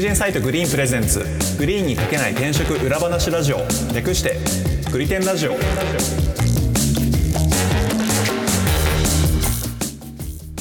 人サイトグリーンプレゼンツグリーンにかけない転職裏話ラジオ略してグリテンラジオは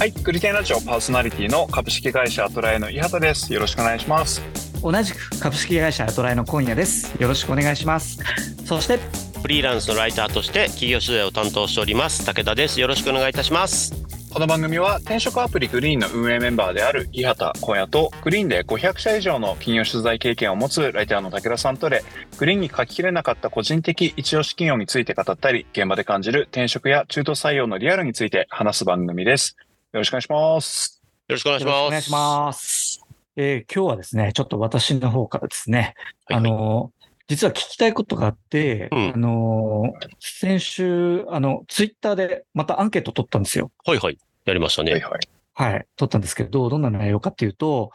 いグリテンラジオパーソナリティの株式会社アトラエの伊畑ですよろしくお願いします同じく株式会社アトライの今夜です。よろしくお願いします。そして、フリーランスのライターとして企業取材を担当しております武田ですよろしくお願いいたしますこの番組は転職アプリグリーンの運営メンバーである伊畑小屋とグリーンで500社以上の金融取材経験を持つライターの武田さんとでグリーンに書ききれなかった個人的一押し企業について語ったり現場で感じる転職や中途採用のリアルについて話す番組です。よろしくお願いします。よろしくお願いしよろしくおます願いします。えー今日はですね、ちょっと私の方からですね、はいはいあの、実は聞きたいことがあって、うんあの、先週、あの、ツイッターでまたアンケート取ったんですよ。はいはいやりましたね、はいはい。はい、取ったんですけど、どんな内容かっていうと、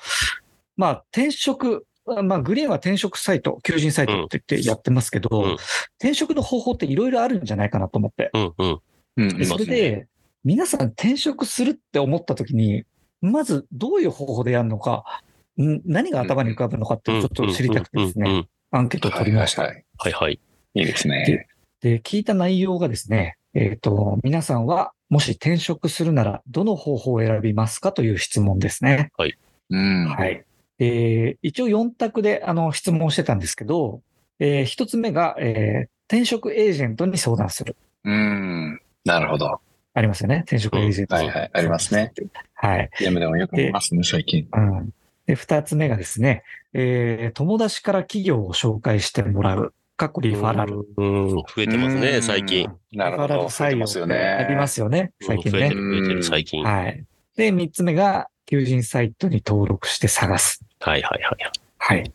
まあ、転職、まあ、グリーンは転職サイト、求人サイトって言ってやってますけど、うん転職の方法っていろいろあるんじゃないかなと思って。うんうんうんいでますそねれで、皆さん転職するって思ったときに、まずどういう方法でやるのか、ん何が頭に浮かぶのかっていうのをちょっと知りたくてですうんうんうんね、うんアンケートを取りました。はい。はいはいいいですねで。で、聞いた内容がですね、えっ、と、皆さんはもし転職するならどの方法を選びますかという質問ですね。うん。はい。えー一応4択であの質問をしてたんですけど、え1つ目が、えー転職エージェントに相談する。うん。なるほど。ありますよね。転職エージェント。はいはい。ありますね。はい。ゲームでもよく見ますね、最近。うん。で、二つ目がですね、えー友達から企業を紹介してもらう。かっこリファラル。うん増えてますうんね最近なるリファほラルど。採用まっすてよあね。りますよね。最近うん増えね。てる増えてる最近はいはい。で、三つ目が、求人サイトに登録して探す。はいはいはいはい。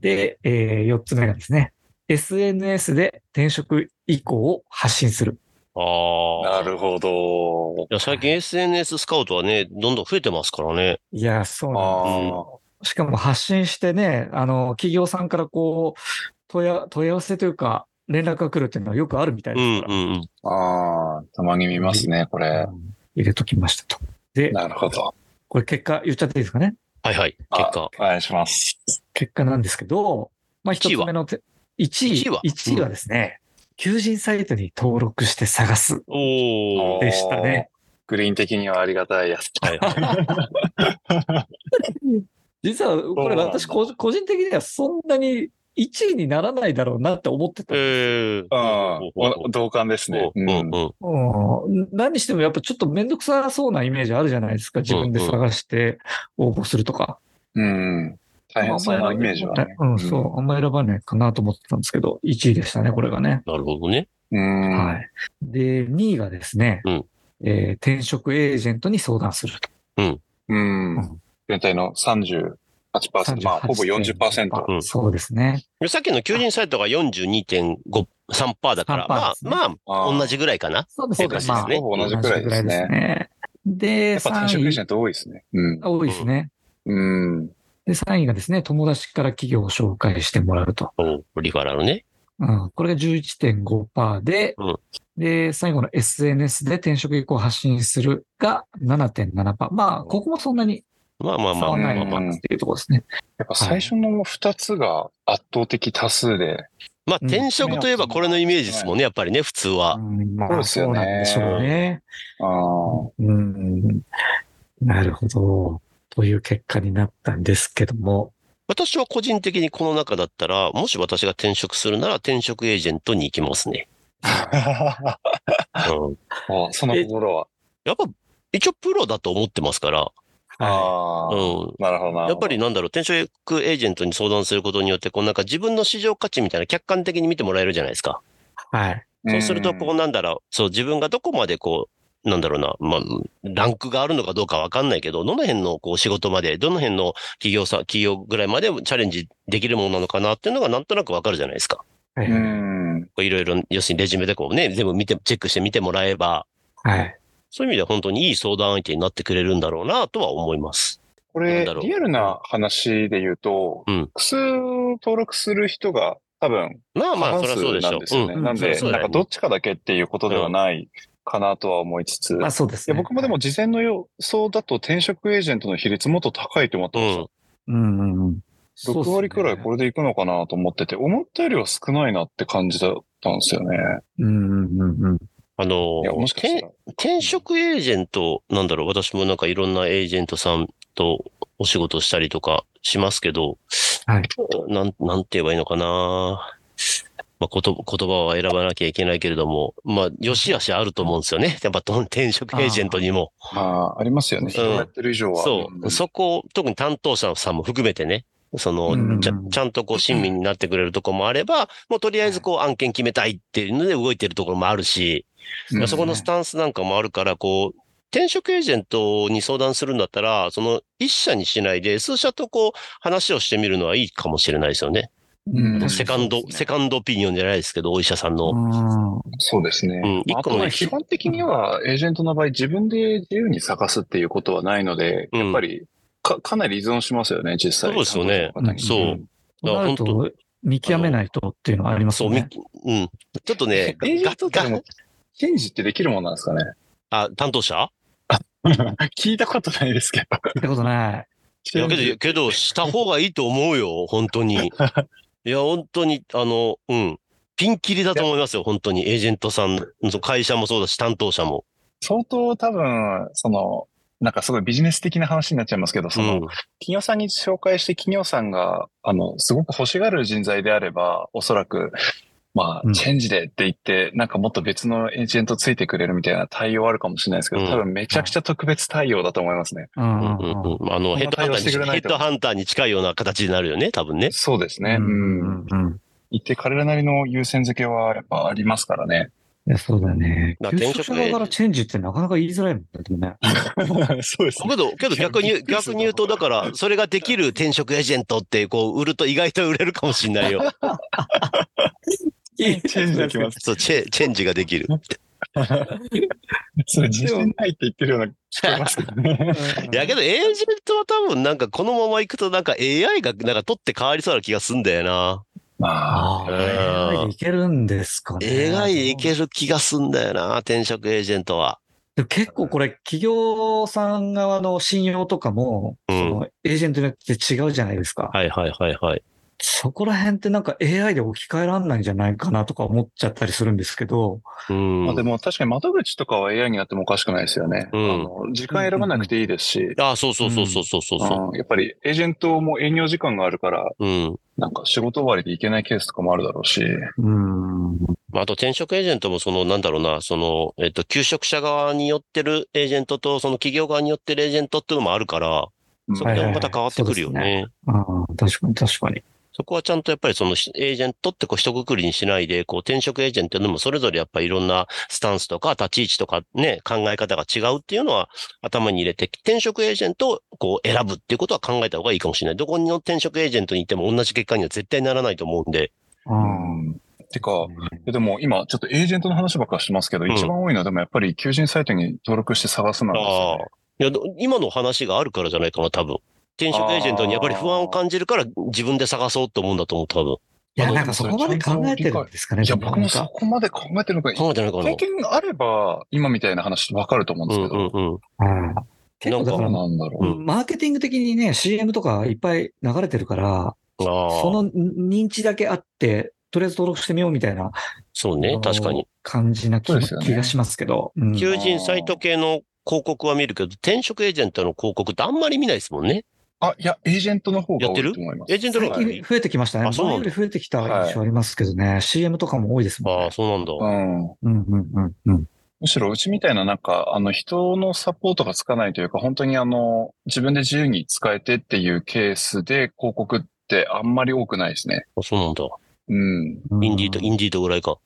で、えー四つ目がですね、SNS で転職以降を発信する。あなあるほど。いや最近 SNS スカウトはねどんどん増えてますからねいやー、そうなんあうんあ。です。しかも発信してね、あの、企業さんからこう、問い合問い合わせというか、連絡が来るっていうのはよくあるみたいうですからん。うんうんああ、たまに見ますね、これ。入れときましたと。で、なるほど。これ結果言っちゃっていいですかね。はいはい結あ果お願いします。結果なんですけど、まあ一一位つは目のて1位、一位は一はですね、求人サイトに登録して探すおおでしたね。グリーン的にはありがたいやつ。はいは実はこれ私そう個個人的にはそんなに1位にならないだろうなって思ってた。えーうんお、同感ですね。うんうんうんうん何にしてもやっぱちょっとめんどくさそうなイメージあるじゃないですか。自分で探して応募するとか。うん。大変そうあんまなりイメージはね。うん、そう。あんま選ばないかなと思ってたんですけど、1位でしたね、これがね。なるほどねうん。は。い。で、2位がですね、うんえー転職エージェントに相談すると。うん。全体の38%、まあ、ほぼ40%。うんそうですね。でさっきの求人サイトが42.5、3%だから、 3%まであ、すねまあ、あー同。じぐらいかな。そうでそうですねまあほぼ同じくらいです同じね。ね。で、やっぱ転職エージェ3位ント多いですね。うん。多いですね。うん。で、3位がですね、友達から企業を紹介してもらうと。おリファラルね。うん、これが11.5%で、うんで、最後の SNS で転職以降発信するが7.7%。まあ、ここもそんなにまあまあ差まあはまなあいまのあかまあ。なっていうところですね。やっぱ最初の2つが圧倒的多数で。まあ、転職といえばこれのイメージですもんね、やっぱりね、普通は。うんまそうあ、ですよそうねなんでしょうね。ああ。 うん。なるほど。という結果になったんですけど も。私は個人的にこの中だったら、もし私が転職するなら転職エージェントに行きますね。うん、おその心は。やっぱ、一応プロだと思ってますから、はああ。うん。なるほどなるほど。やっぱりなんだろう、転職エージェントに相談することによって、こうなんか自分の市場価値みたいな客観的に見てもらえるじゃないですか。い。はい。そうすると、こう、の、なんだろう、そう、自分がどこまでこう、なんだろうな、まあ、ランクがあるのかどうかわかんないけど、どの辺のこう仕事まで、どの辺の企業さ、企業ぐらいまでチャレンジできるものなのかなっていうのがなんとなくわかるじゃないですか。はうい。ん。こういろいろ、要するにレジュメでこうね、全部見て、チェックして見てもらえば、はい。そういう意味では本当にいい相談相手になってくれるんだろうなとは思います。こなれんだろ、うリアルな話で言うと、うん複数登録する人が多分、まあまあ、過半そりゃ数そうでしなんょですよね。う。んなんそりでゃ、そうだなよんかどっちかだけっていうことではないかなとは思いつつ、まあいそうですやね。僕もでも、事前の予想だと転職エージェントの比率もっと高いと思ってうまん。しうんた。うんうんうん。そうっす6ね割くらいこれでいくのかなと思ってて、思ったよりは少ないなって感じだったんですよね。うんうんうんうん。あのいや、もしかした転ら。転職エージェント、なんだろう、私もなんかいろんなエージェントさんとお仕事したりとかしますけど、はいなん、なんて言えばいいのかな。まあ、こと言葉は選ばなきゃいけないけれども、まあ、良し悪しあると思うんですよね。 やっぱと転職エージェントにも。まあ、ありますよね。人がやってる以上は。そう、んそこを、特に担当者さんも含めてね、その、うんちゃちゃんとこう親身になってくれるところもあれば、もうとりあえずこう案件決めたいっていうので動いてるところもあるし、うんそこのスタンスなんかもあるから、こう、転職エージェントに相談するんだったら、その一社にしないで、数社とこう話をしてみるのはいいかもしれないですよね。うんうんセカンド、そうですねセカンドオピニオンじゃないですけど、お医者さんの。うんそうですね。うんまあ一あと個のは一基本的には、エージェントの場合、自分で自由に探すっていうことはないので、うんやっぱりか、かなり依存しますよね、実際。そうですよね担当者の方にそうとなるだからと、見極めないとっていうのはありますそう、よみね。うん。ちょっとね エ、ージェントってがでがも、検事ってできるもんなんですかね あ、担当者聞いたことないですけど。見たことない。いやけど、けど、した方がいいと思 うよ、本当に。いや、本当に、あの、うん。ピンキリだと思いますよ、本当に。エージェントさん、その会社もそうだし、担当者も。相当多分、その、なんかすごいビジネス的な話になっちゃいますけど、うその、ん。企業さんに紹介して企業さんが、あの、すごく欲しがる人材であれば、おそらく、まうあ、んチェンジでって言って、なんかもっと別のエージェントついてくれるみたいな対応あるかもしれないですけど、うん多分めちゃくちゃ特別対応だと思いますね。うんうんううんんうんあの、ヘッドハンターそんな対に、応してくれヘなッいとドハンターに近いような形になるよね、多分ね。そうですね。ううんん。うんうんうん言って彼らなりの優先付けはやっぱありますからね。いや、そうだよね。まあ求転職職者ね側からチェンジってなかなか言いづらいもんね。 そうですね。けど、けど逆いやに、びっくりす逆るに言うと、だから、それができる転職エージェントって、こう、売ると意外と売れるかもしんな いよ。チ。チェンジできますす。そう、チェ、チェンジができる。それ自信ないって言ってるような聞こえますけどね。いやけど、エージェントは多分、なんか、このまま行くと、なんか AI が、なんか取って変わりそうな気がすんだよな。 まあ、ああ、AI でいけるんですかね。 AI でいける気がすんだよな、転職エージェントは。でも結構これ、企業さん側の信用とかも、うんそのエージェントによって違うじゃないですか。はいはいはいはい。そこら辺ってなんか AI で置き換えらんないんじゃないかなとか思っちゃったりするんですけど、うん。まあでも確かに窓口とかは AI になってもおかしくないですよね。うんあの時間選ばなくていいですし、あそうそうそうそうそうそうそうんやっぱりエージェントも営業時間があるから、う。うん。なんか仕事終わりで行けないケースとかもあるだろうし。うん。まああと転職エージェントもその、なんだろうな、その、えっと、求職者側によってるエージェントと、その企業側によってるエージェントっていうのもあるから、そこはいではもいまた変わってくるよそうね。ああ、確かに確かに。そこはちゃんとやっぱりそのエージェントってこう一括りにしないで、こう転職エージェントでもそれぞれやっぱりいろんなスタンスとか立ち位置とかね、考え方が違うっていうのは頭に入れて、転職エージェントをこう選ぶっていうことは考えた方がいいかもしれない。どこの転職エージェントに行っても同じ結果には絶対ならないと思うんで。うう。んん。てか、でも今ちょっとエージェントの話ばっかりしてますけど、ん一番多いのはでもやっぱり求人サイトに登録して探すなんですあよ、あね。。いや、ど今の話があるからじゃないかな、多分。転職エージェントにやっぱり不安を感じるから自分で探そうと思うんだと思う、多分。いや、なんかそこまで考えてるんですかね。いや、で僕もなそんかこまで考えてるのか、考えてないかな。経験があれば今みたいな話わかると思うんでうすんけど、うんうん。うん結構だかどらう、なんだろう。マーケティング的にね、CM とかいっぱい流れてるから、あそあ。の認知だけあって、とりあえず登録してみようみたいなそあうねの、確かに。感じな気,、そうですよね気がしますけど。うん求人サイト系の広告は見るけど、転職エージェントの広告ってあんまり見ないですもんね。あ、いや、エージェントの方が多いと思います。エージェントの最方がいい近増えてきましたね。あそう前なんだより増えてきた印象ありますけどね。CM とかも多いですもんあねあ、。そうなんだ。うん。うんうんうんうん。むしろうちみたいななんか、あの人のサポートがつかないというか、本当にあの、自分で自由に使えてっていうケースで広告ってあんまり多くないですね。あそうなんだ。うん。うんインディード、インディードぐらいか。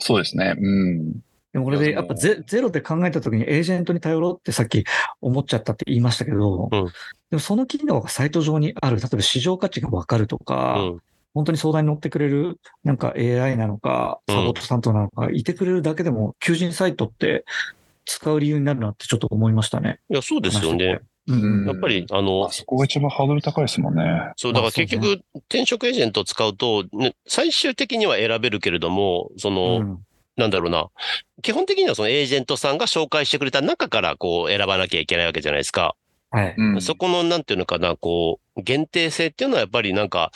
そうですね。うん。でもこれでやっぱゼゼロで考えたときにエージェントに頼ろうってさっき思っちゃったって言いましたけど、うんでもその機能がサイト上にある、例えば市場価値がわかるとうか、ん。本当に相談に乗ってくれる、なんか AI なのか、うんサポート担当なのか、いてくれるだけでも求人サイトって使う理由になるなってちょっと思いましたね。いや、そうですよね。話してて。うんうんやっぱり、あのあ、そこが一番ハードル高いですもんね。そう、だまからあそう結ね局、転職エージェントを使うと、ね最終的には選べるけれども、その、うんなんだろうな。基本的にはそのエージェントさんが紹介してくれた中から、こう、選ばなきゃいけないわけじゃないですか。はい。うんそこの、なんていうのかな、こう、限定性っていうのはやっぱりなんか、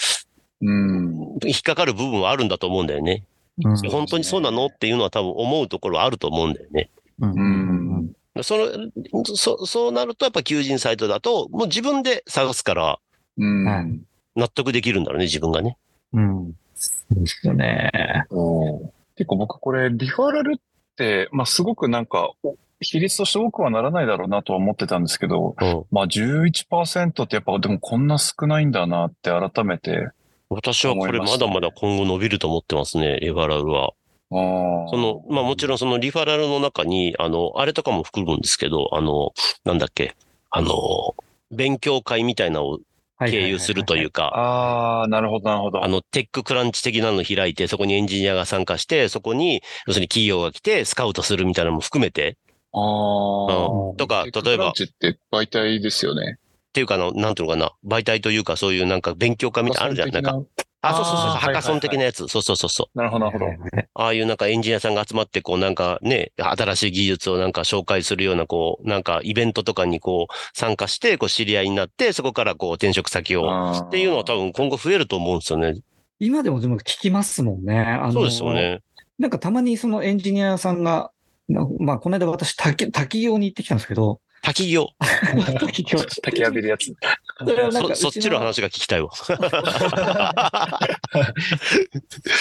うん。引っかかる部分はあるんだと思うんだよね。うんそうですね本当にそうなのっていうのは多分思うところはあると思うんだよね。うんうん。その、そ、そうなるとやっぱ求人サイトだと、もう自分で探すからうん。はい納得できるんだろうね、自分がね。うん。そうですよね。結構僕これ、リファラルって、まあすごくなんか、お比率として多くはならないだろうなとは思ってたんですけど、うん。まあ11%ってやっぱでもこんな少ないんだなって改めて。私はこれまだまだ今後伸びると思ってますね、リファラルは。あーその、まあもちろんそのリファラルの中に、あの、あれとかも含むんですけど、あの、なんだっけ、あの、勉強会みたいなのを経由するというか、ああ、なるほど、なるほど。あの、テッククランチ的なの開いて、そこにエンジニアが参加して、そこに、要するに企業が来て、スカウトするみたいなのも含めて、あうんとあ。か、例えば、っチって媒体ですよね。ていうかあの、なんていうのかな、媒体というか、そういうなんか勉強会みたいなのあるじゃん。なんか、あ、そうそうそう、あーハカソン的なやつ。そうそうそうそう。なるほど、なるほど。ああいうなんかエンジニアさんが集まって、こうなんかね、新しい技術をなんか紹介するような、こう、なんかイベントとかにこう、参加して、こう知り合いになって、そこからこう転職先を、っっていうの は多分今後増えると思うんですよね。今でもでも聞きますもんね。あのそうですよ。ね。なんかたまにそのエンジニアさんが、なまあ、この間私滝、滝行に行ってきたんですけど、滝行。滝行。竹浴びるやつ。それはなんかそ、そっちの話が聞きたい わ。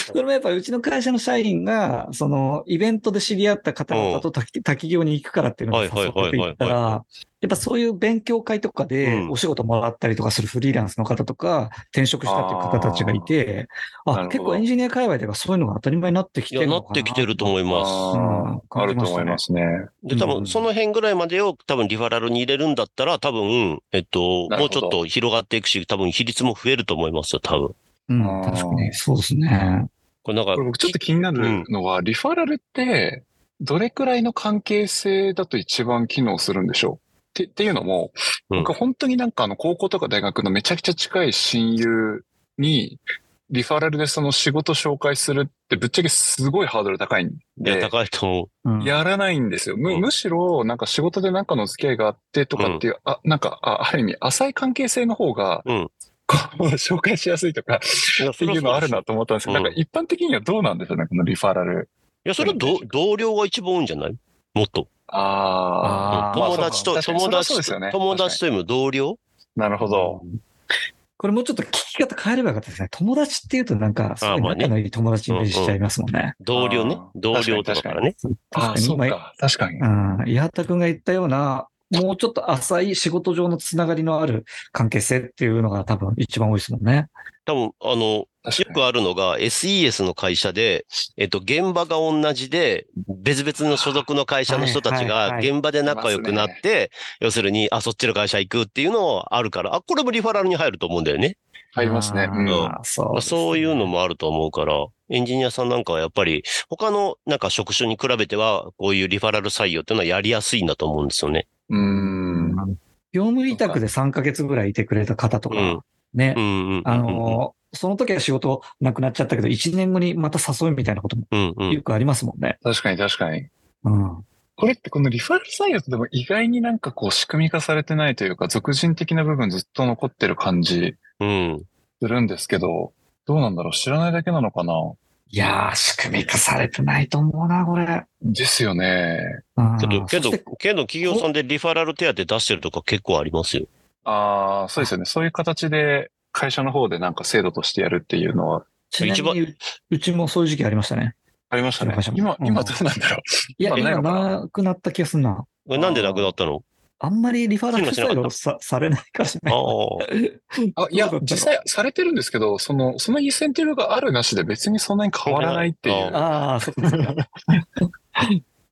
それもやっぱうちの会社の社員が、そのイベントで知り合った方々と滝滝行に行くからっていうのをは誘いはいはいっていったら、やっぱそういう勉強会とかでうんお仕事もらったりとかするフリーランスの方とか、転職したっていう方たちがいて、あーなるほあど結構エンジニア界隈ではそういうのが当たり前になってきいてや、るなのっかなてきてると思思い ます。あうんーあると思いますね。で、うん多分その辺ぐらいまでを多分リファラルに入れるんだったら、多分、えっと、なもるほうちどょっと広がっていくし、多分比率も増えると思いますよ、多分。うん、確かに。そうですね。これなんかこれ、僕ちょっと気になるのは、リファラルって、どれくらいの関係性だと一番機能するんでしょうってっていうのも、うん僕本当になんかあの高校とか大学のめちゃくちゃ近い親友に、リファラルでその仕事紹介するってぶっちゃけすごいハードル高いんいやで、高いと思う。うんやらないんですよ。むうんむしろ、なんか仕事でなんかの付き合いがあってとかっていう、あ、なんか、あある意味、浅い関係性の方が、うんこう 紹介しやすいとか、いやっていうのあるなと思ったんですけど、うんなんか一般的にはどうなんですよね、このリファラル。いや、それはど同僚が一番多いんじゃないもっと。ああー友達と、まあそうか確かに友達それはそうですよねと、友達というよりも同僚あ、なるほど。これもうちょっと聞き方変えればよかったですね。友達っていうとなんか、すごい仲のいい友達イメージしちゃいますもんね。同僚ねあー。同僚とかからね。あ確あ、かにそう今か。確かに。うん、八幡君が言ったような、もうちょっと浅い仕事上のつながりのある関係性っていうのが多分一番多いですもんね。多分、あの、確よかに。くあるのが SES の会社で、えっと、現場が同じで、別々の所属の会社の人たちはいはいがはい現場で仲良くなって、要するに、あ、そっちの会社行くっていうのはあるから、あ、これもリファラルに入ると思うんだよね。入りますね。あうん。ーうそうまあですねそういうのもあると思うから、エンジニアさんなんかはやっぱり、他のなんか職種に比べては、こういうリファラル採用っていうのはやりやすいんだと思うんですよね。うーん。業務委託で3ヶ月ぐらいいてくれた方とうか、ん。ねう、んうん。あのーその時は仕事なくなっちゃったけど、1年後にまた誘うみたいなこともうんうん。よくありますもんね。確かに、確かに。うん。これってこのリファラル採用ってでも意外になんかこう仕組み化されてないというか、俗人的な部分ずっと残ってる感じうん。するんですけど、どうなんだろう知らないだけなのかないやー、仕組み化されてないと思うな、これ。ですよね。うんけど、けどそして、けど企業さんでリファラル手当出してるとか結構ありますよ。ああ、そうですよね。そういう形で会社の方でなんか制度としてやるっていうのはちなみ一番にう、うちもそういう時期ありましたね。ありましたね会社。も今、うん今どうなんだろう。いや、今ない今のかななくなった気がするな。これなんでなくなったのあんまりリファラル機能し採なか用っさされないかもしれあなああ、い。。いやどうだっ、た実の際されてるんですけど、その、そのインセンティブがあるなしで別にそんなに変わらないっていう。あああ、そっかそっか。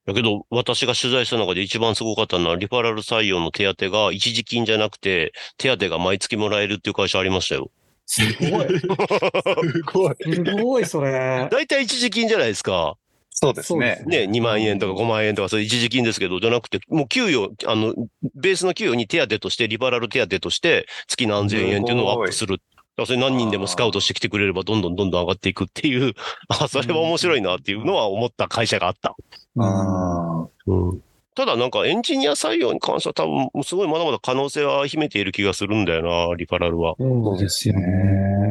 だけど、私が取材した中で一番すごかったのは、リファラル採用の手当が一時金じゃなくて、手当が毎月もらえるっていう会社ありましたよ。すごい。すごい。すごい、それ。 大体一時金じゃないですか。そうですね。ね、2万円とか5万円とか、それ一時金ですけど、じゃなくて、もう給与、あの、ベースの給与に手当として、リファラル手当として、月何千円っていうのをアップする。だからそれ何人でもスカウトしてきてくれれば、どんどんどんどん上がっていくっていう、あ、それは面白いなっていうのは思った会社があった。あーうん。ただなんかエンジニア採用に関しては多分すごいまだまだ可能性は秘めている気がするんだよな、リファラルは。そうですよね。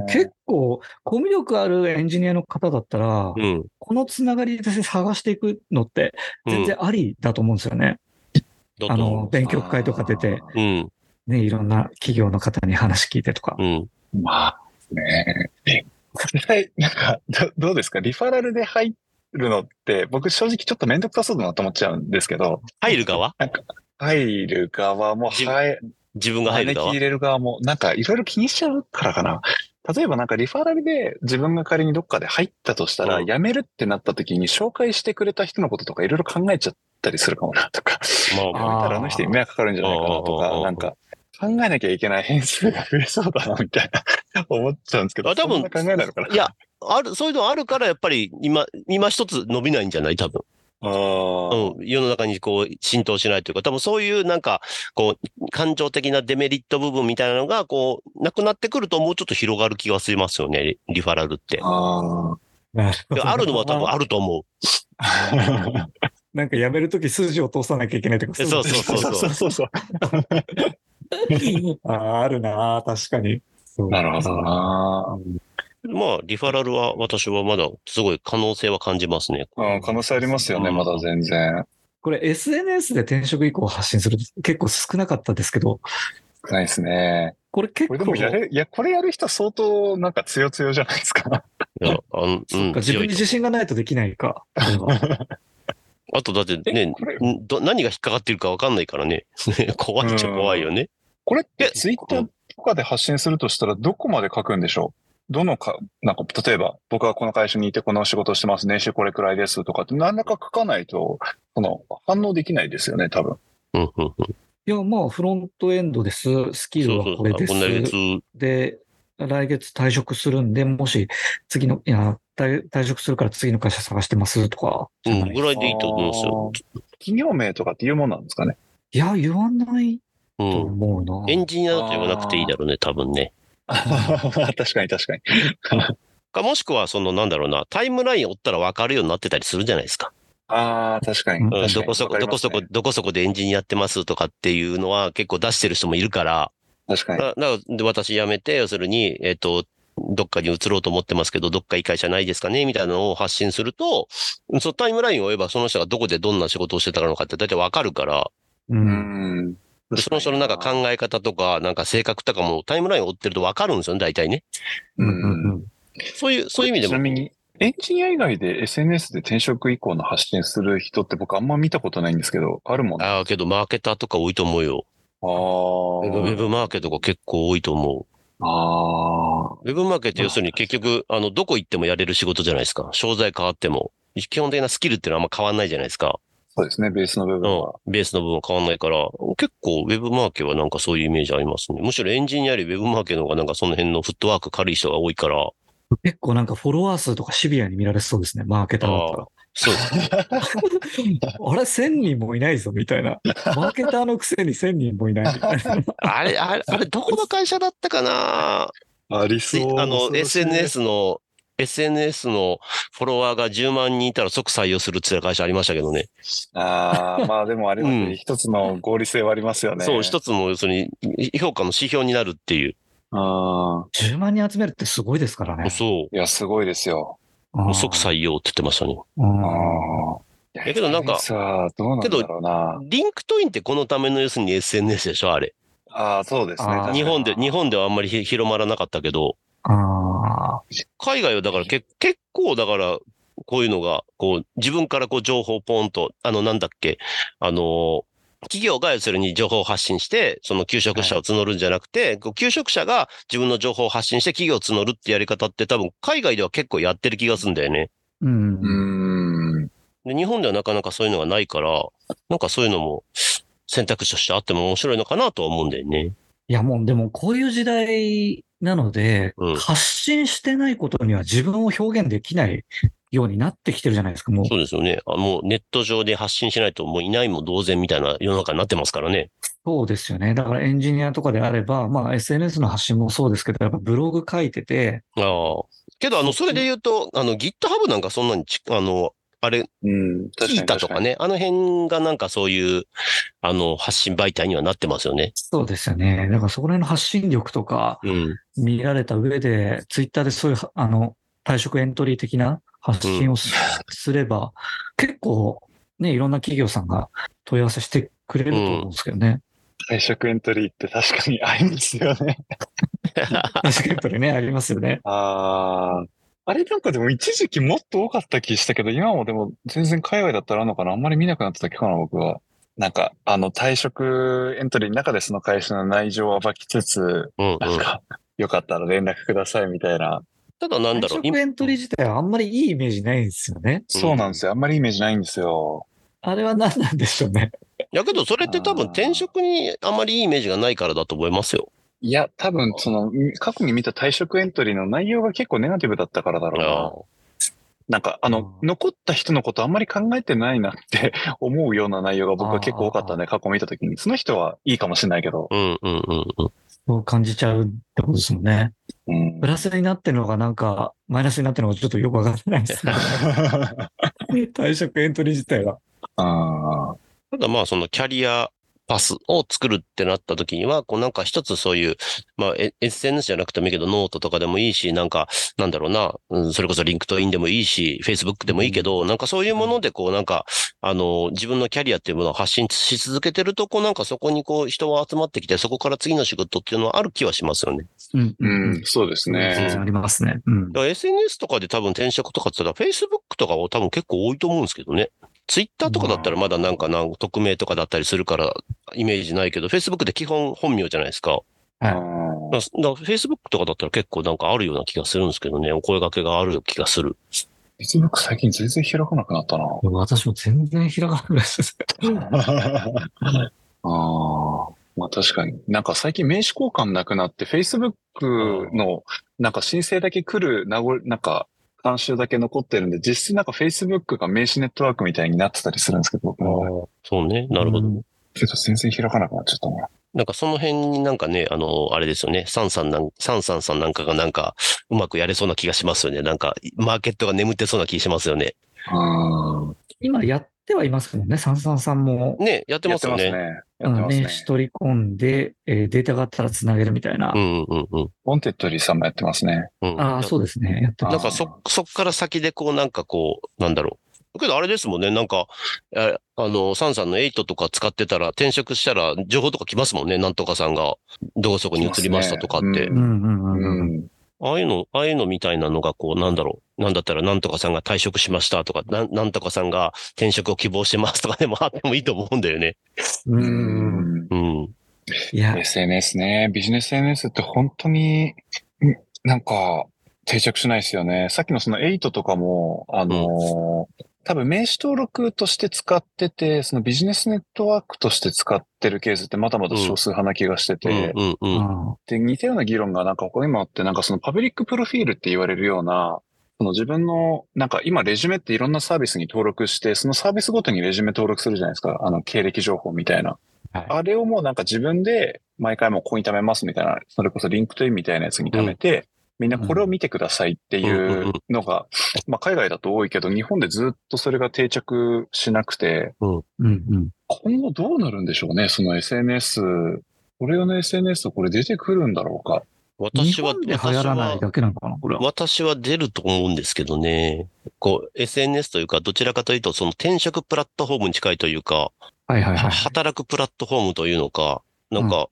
結構、コミュ力あるエンジニアの方だったら、うん。このつながりで探していくのって、全然ありだと思うんですよね。あだと思の、勉強会とか出て、う。うん。ね、いろんな企業の方に話聞いてとかう。ん。まあ、ねえ。え実際、なんかど、どうですかリファラルで入るのって、僕正直ちょっとめんどくさそうだなと思っちゃうんですけど、入る側入る側も、自入、自分が入る招き側入れる側も、なんかいろいろ気にしちゃうからかな。例えばなんかリファラルで自分が仮にどっかで入ったとしたら、うん辞めるってなった時に紹介してくれた人のこととかいろいろ考えちゃったりするかもなとか、辞めまあ、あーたらあの人に迷惑かかるんじゃないかなとあか、ーなんか考えなきゃいけない変数が増えそうだなみたいな思っちゃうんですけど、あ多分そんな考えなのかないや、ある、そういうのあるから、やっぱり今、今一つ伸びないんじゃない多分。あーうん。世の中にこう浸透しないというか、多分そういうなんか、こう、感情的なデメリット部分みたいなのが、こう、なくなってくるともうちょっと広がる気がしますよね、リリファラル って。あであるのは多分あると思う。ー。なんか辞めるとき筋を通さなきゃいけないとか。そうそうそうそう そうそうそう。 ああ、あるなあ、確かに。そうなるほどな。まあ、リファラルは私はまだすごい可能性は感じますね。うん、可能性ありますよね、うんまだ全然。これ SNS で転職以降発信する結構少なかったですけど、少ないですね。これ結こ構れでもやれ、いや、これやる人相当なんか強強じゃないですか。いやあのうそっん、か自分強いに自信がないとできないか。あとだってね、これ、んど何が引っかかってるか分かんないからね。 怖いっちゃ怖いよね。これっいてやツイッターとかで発信するとしたらどこまで書くんでしょうどのか、なんか、例えば、僕はこの会社にいてこの仕事をしてます、年収これくらいですとかって、何らか書かないと、この、反応できないですよね、多分。うんうんうん。いや、まあ、フロントエンドです。スキルはこれです。そうそうあこんなやつで、来月退職するんで、もし次の、いや、退退職するから次の会社探してますとか。うん、ぐらいでいいと思うんですよ。あー企業名とかっていうもんなんですか ね。いや、言わないとう思うな。ん。エンジニアだと言わなくていいだろうね、多分ね。確かに確かに。か、もしくは、その、なんだろうな、タイムライン追ったら分かるようになってたりするじゃないですか。ああ、確かに。うんうん確かどにこそこ、わかりどまこすねそこ、どこそこでエンジニアやってますとかっていうのは結構出してる人もいるから、確かに。だだからで私辞めて、要するに、えっ、と、どっかに移ろうと思ってますけど、どっかいい会社ないですかねみたいなのを発信すると、そのタイムラインを追えば、その人がどこでどんな仕事をしてたのかって大体わかるから、う。うんん。でその人のなんか考え方とか、なんか性格とかもタイムラインを追ってるとわかるんですよね、大体ね。うんうんそういう、そういう意味でちなも。みに、エンジニア以外で SNS で転職以降の発信する人って僕あんま見たことないんですけど、あるもんね。あああ、けどマーケターとか多いと思うよ。あウェー。ブマーケとか結構多いと思う。ああ。ウェブマーケット、要するに結局、あの、どこ行ってもやれる仕事じゃないですか。商材変わっても。基本的なスキルっていうのはあんま変わんないじゃないですか。そうですね、ベースの部う分んは。。ベースの部分は変わんないから、結構ウェブマーケはなんかそういうイメージありますね。むしろエンジニアよりウェブマーケの方がなんかその辺のフットワーク軽い人が多いから、結構なんかフォロワー数とかシビアに見られそうですね。マーケターだったら。 そうですね。 あれ、1000人もいないぞ、みたいな。マーケターのくせに1000人もいないみ たいな。あれ、あれ、あれ、どこの会社だったかなありついあの、。SNS の、SNS のフォロワーが10万人いたら即採用するっていう会社ありましたけどね。ああ、まあでもありますうんね。一つの合理性はありますよね。そう、一つの要するにい評価の指標になるっていう。ああ。 10万人集めるってすごいですからね。そう。いや、すごいですよ。うん即採用って言ってましたね。うんああ。いやけどなんか SNS はどうなんだろうな。リンクトインってこのための要するに SNS でしょあれ。ああ、そうですね。あー確かに日本で、日本ではあんまりひ広まらなかったけど、あ海外はだからけ結構だから、こういうのが、こう、自分からこう情報をポンと、あの、なんだっけ、あの、企業が要するに情報を発信して、その求職者を募るんじゃなくて、こう求職者が自分の情報を発信して企業を募るってやり方って多分海外では結構やってる気がするんだよね。ーうんう。ーん。で、日本ではなかなかそういうのがないから、なんかそういうのも選択肢としてあっても面白いのかなとは思うんだよね。いや、もうでもこういう時代なので、うん発信してないことには自分を表現できないようになってきてるじゃないですか、もう。そうですよね。あもうネット上で発信しないともういないも同然みたいな世の中になってますからね。そうですよね。だからエンジニアとかであれば、まあ SNS の発信もそうですけど、やっぱブログ書いてて、ああ。けど、あの、それで言うと、あの、GitHub なんかそんなにち、あの、あれ、うん。確キかーにタとか。ね、あの辺がなんかそういう、あの、発信媒体にはなってますよね。そうですよね。だからそこら辺の発信力とかうん。見られた上で、ツイッターでそういう、あの、退職エントリー的な発信をす,、すれば、結構、ね、いろんな企業さんが問い合わせしてくれると思うんですけどね。確かに退職エントリーって確かにありますよね。退職エントリーね、ありますよね。ああ。あれなんかでも一時期もっと多かった気したけど、今もでも全然海外だったらあるのかなあんまり見なくなっただけかな、僕は。なんか、あの、退職エントリーの中でその会社の内情を暴きつつ、うん、うん。なんか、よかったら連絡くださいみたいな。ただなんだ退ろう、職エントリー自体はあんまりいいイメージないんですよね。そうなんですよ。あんまりイメージないんですよ。あれは何なんでしょうね。やけど、それって多分あー転職にあまりいいイメージがないからだと思いますよ。いや、多分その、過去に見た退職エントリーの内容が結構ネガティブだったからだろうな。なんか、あの、うん残った人のことあんまり考えてないなって 思うような内容が僕は結構多かったね、過去見たときに。その人はいいかもしれないけど。うんうんうんうん。そう感じちゃうってことですもんね。 うんプラスになってるのがなんか、マイナスになってるのがちょっとよくわからないで すね。退職エントリー自体は。あーただまあ、そのキャリアパスを作るってなった時には、こうなんか一つそういう、まあ、え SNS じゃなくてもいいけど、ノートとかでもいいし、なんか、なんだろうな、うんそれこそリンクトインでもいいし、Facebook でもいいけど、なんかそういうもので、こうなんか、あの、自分のキャリアっていうものを発信し続けてると、こうなんかそこにこう人は集まってきて、そこから次の仕事っていうのはある気はしますよね。うん。うん、。そうです全ね然あ。りますね。うんだか。ら SNS とかで多分転職とかって言ったら、Facebook とかは多分結構多いと思うんですけどね。Twitter とかだったらまだなんかなんか匿名とかだったりするからイメージないけど、Facebook で基本本名じゃないですか。あはーいだからだから Facebook とかだったら結構なんかあるような気がするんですけどね。お声掛けがある気がする。 Facebook 最近全然開かなくなったな。 私も全然開かないです。ああ。まあ確かに。なんか最近名刺交換なくなって、Facebook のなんか申請だけ来る名残、なんか慣習だけ残ってるんで、実質なんか Facebook が名刺ネットワークみたいになってたりするんですけど、僕の場合そうね。なるほど。ど。けど全然開かなくなっちゃったな。なんかその辺になんかね、あの、あれですよね。サンさんなん、サンさんさんなんかがなんかうまくやれそうな気がしますよね。なんかマーケットが眠ってそうな気しますよね。ああ。今やってはいますもんね。三三さんも。ね、やってやまっすてよますね。ね。やっうんて名ますね刺。取り込んで、えーデータがあったらつなげるみたいなう。んうんうんボンテッドリーさんもやってますね。うん。ああ、そうですね。やってあまなすんかそ、そっから先でこうなんかこう、なんだろう。けどあれですもんね、なんか、ああの、サンさんの8とか使ってたら転職したら情報とか来ますもんね、なんとかさんがどこそこに移りましたとかっ来ますて。ねうんうんううんうん。ん。ああいうの、ああいうのみたいなのがこう、なんだろう。なんだったらなんとかさんが退職しましたとか、なんなんとかさんが転職を希望してますとかでもあってもいいと思うんだよね。う。うんん。うん。いや、 SNS ね。ビジネス SNS って本当に、んなんか、定着しないですよね。さっきのその8とかも、あのー多分名刺登録として使ってて、そのビジネスネットワークとして使ってるケースってまだまだ少数派な気がしてて、うんうんう。うんんで、似たような議論がなんか他にもあって、なんかそのパブリックプロフィールって言われるような、その自分の、なんか今レジュメっていろんなサービスに登録して、そのサービスごとにレジュメ登録するじゃないですか。あの、経歴情報みたいな。はいあれをもうなんか自分で毎回もうここに貯めますみたいな、それこそリンクトインみたいなやつに貯めて、みんなこれを見てくださいっていうのが、まあ海外だと多いけど、日本でずっとそれが定着しなくて、うん今後どうなるんでしょうね、その SNS。これ用の SNS とこれ出てくるんだろうか。うん。日私は、本で流行らないだけなのかな、これは。私は出ると思うんですけどね。こう、SNS というか、どちらかというと、その転職プラットフォームに近いというか、はいはいはい。働くプラットフォームというのか、なんか、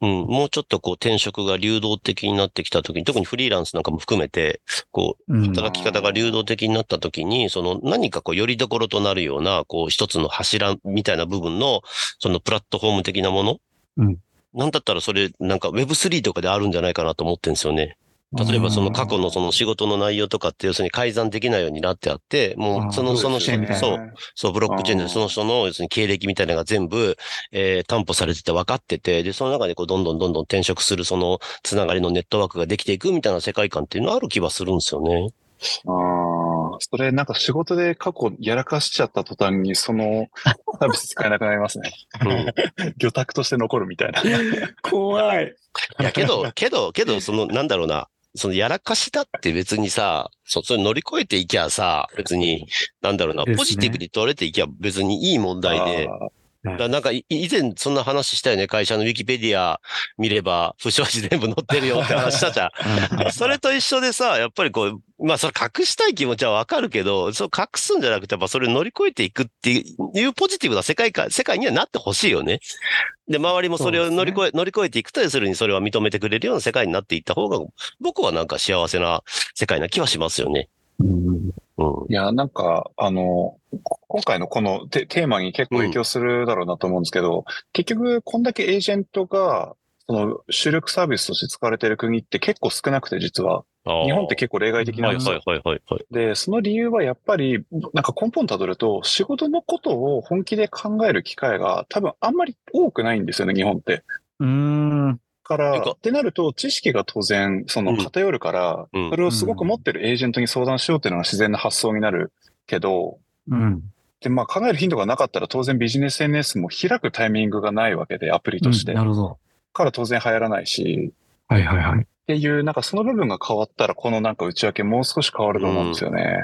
うん、うんうん、もうちょっとこう転職が流動的になってきたときに、特にフリーランスなんかも含めて、こうう、ん働き方が流動的になったときに、その何かこう、よりどころとなるような、こう、一つの柱みたいな部分の、そのプラットフォーム的なもの。うんなんだったらそれ、なんか Web3 とかであるんじゃないかなと思ってるんですよね。例えばその過去のその仕事の内容とかって要するに改ざんできないようになってあって、もあーうその、そのそうです人よねの、そう、そう、ブロックチェーンであーその人の要するに経歴みたいなのが全部、えー担保されてて分かってて、で、その中でこう、どんどんどんどん転職するそのつながりのネットワークができていくみたいな世界観っていうのはある気はするんですよね。ああ、それなんか仕事で過去やらかしちゃった途端にそ のサービス使えなくなりますね。うん。魚卓として残るみたいな。怖い。いや、けど、けど、けど、その、なんだろうな。そのやらかしだって別にさ、そ、それ乗り越えていきゃさ、別に、なんだろうな、ですねポジティブに取れていきゃ別にいい問題で、あーだからなんかい以前そんな話したよね、会社のウィキペディア見れば、不祥事全部載ってるよ って話したじゃん。それと一緒でさ、やっぱりこう、まあそれ隠したい気持ちはわかるけど、そう隠すんじゃなくて、やっぱそれを乗り越えていくっていうポジティブな世界か、世界にはなってほしいよね。で、周りもそれを乗り越え、乗り越えていくと、要するにそれは認めてくれるような世界になっていった方が、僕はなんか幸せな世界な気はしますよね。うん。いや、なんか、あの、こ今回のこのテテーマに結構影響するだろうなと思うんですけど、結局、こんだけエージェントが、その主力サービスとして使われてる国って結構少なくて実は、あー日本って結構例外的なんですよ。はいはいはいはい。で、その理由はやっぱり、なんか根本たどると、仕事のことを本気で考える機会が多分あんまり多くないんですよね、日本って。うん。かてら、かってなると、知識が当然、そのうん偏るから、うんそれをすごく持ってるエージェントに相談しようっていうのが自然な発想になるけど、うん。で、まあ考える頻度がなかったら当然ビジネス NS も開くタイミングがないわけで、アプリとして。なるほど。から当然流行らないし、はいはいはい。っていう、なんかその部分が変わったら、このなんか内訳もう少し変わると思うんですよね。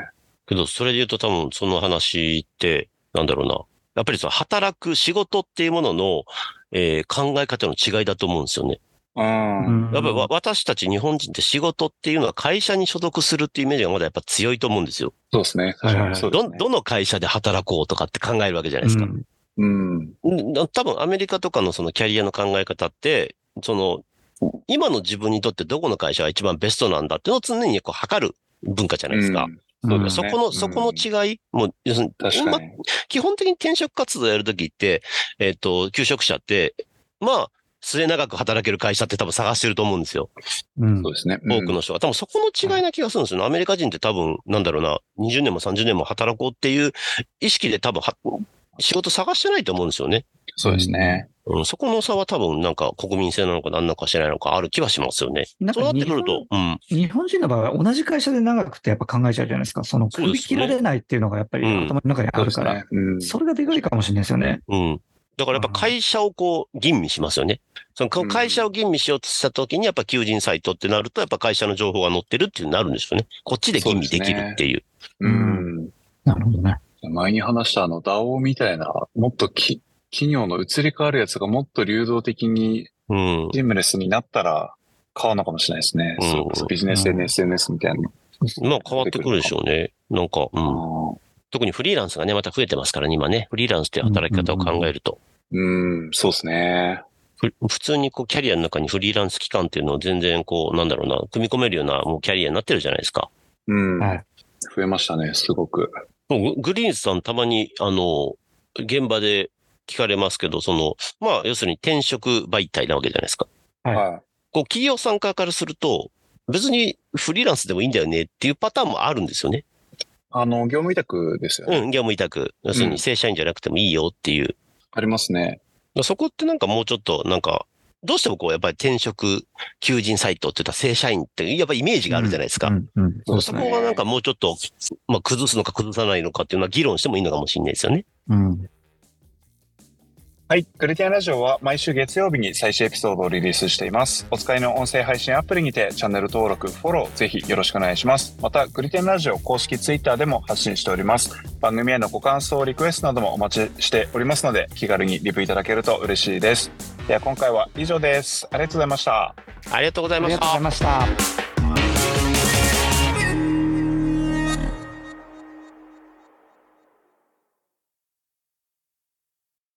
けど、それで言うと多分その話って、なんだろうな。やっぱりその働く仕事っていうものの、えー考え方の違いだと思うんですよね。うん。やっぱりわ私たち日本人って仕事っていうのは会社に所属するっていうイメージがまだやっぱ強いと思うんですよ。そうですね。はいはいはいそうですど、ねどの会社で働こうとかって考えるわけじゃないですか。うん。うん多分アメリカとかのそのキャリアの考え方って、その、今の自分にとってどこの会社が一番ベストなんだっていうのを常にこう測る文化じゃないですか。うんそうですそねこの、そこの違い、もう、要するに、確かまに。基本的に転職活動やるときって、えっ、と、求職者って、まあ、末永く働ける会社って多分探してると思うんですよ。うんそうですね。多くの人が。多分そこの違いな気がするんですよね。アメリカ人って多分、なんだろうな、20年も30年も働こうっていう意識で多分は、仕事探してないと思うんですよね。そうですね。うん、そこの差は多分、なんか国民性なのか何なのか知らないのかある気はしますよね。なんそうなかっ日てくる本と、うん。日本人の場合は同じ会社で長くてやっぱ考えちゃうじゃないですか。そのそう首です切らねれないっていうのがやっぱりうん頭の中にあるから、そ,、うん。れがでかいかもしれないですよね。うん。だからやっぱ会社をこう、吟味しますよね。そのこううん会社を吟味しようとしたときに、やっぱ求人サイトってなると、やっぱ会社の情報が載ってるっていうのになるんでしょうね。こっちで吟味できるっていう。うん。なるほどね。前に話したあの、DAO みたいな、もっとき企業の移り変わるやつがもっと流動的にうん。ジムレスになったら、変わるのかもしれないですね。うんそうそうビジネスうん SNS みたいな。まあ変わってくるでしょうね。なんか、うん。特にフリーランスがね、また増えてますからね、今ね。フリーランスって働き方を考えると。うん、そうですね。ふ普通にこう、キャリアの中にフリーランス期間っていうのを全然こう、なんだろうな、組み込めるようなもうキャリアになってるじゃないですか。うん。はい増えましたね、すごく。もうググリーンさんたまに、あの、現場で聞かれますけど、その、まあ、要するに転職媒体なわけじゃないですか。はいはこう、企業参加からすると、別にフリーランスでもいいんだよねっていうパターンもあるんですよね。い。あの、業務委託ですようね。ん、業務委託。要するうにん正社員じゃなくてもいいよっていう。ありますね。そこってなんかもうちょっと、なんか、どうしてもこう、やっぱり転職、求人サイトって言ったら正社員って、やっぱりイメージがあるじゃないですか。うんうんそうですそねこがなんかもうちょっと、まあ、崩すのか崩さないのかっていうのは議論してもいいのかもしれないですよね。うんはい。グルティアラジオは毎週月曜日に最新エピソードをリリースしています。お使いの音声配信アプリにてチャンネル登録、フォロー、ぜひよろしくお願いします。また、グルティアラジオ公式ツイッターでも発信しております。番組へのご感想、リクエストなどもお待ちしておりますので、気軽にリプいただけると嬉しいです。では、今回は以上です。ありがとうございました。ありがとうござあいまりしがとうたござい。ました。